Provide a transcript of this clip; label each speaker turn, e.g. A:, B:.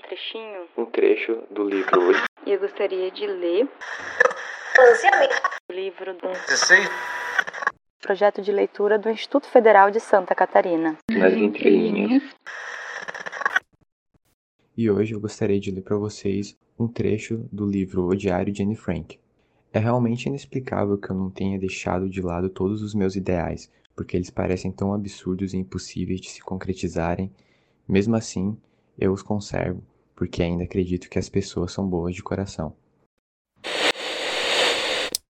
A: trechinho
B: um trecho do livro
A: e eu gostaria de ler o livro do projeto de leitura do Instituto Federal de Santa Catarina.
B: Nas Entrelinhas.
C: E hoje eu gostaria de ler para vocês um trecho do livro O Diário de Anne Frank. É realmente inexplicável que eu não tenha deixado de lado todos os meus ideais, porque eles parecem tão absurdos e impossíveis de se concretizarem. Mesmo assim, eu os conservo, porque ainda acredito que as pessoas são boas de coração.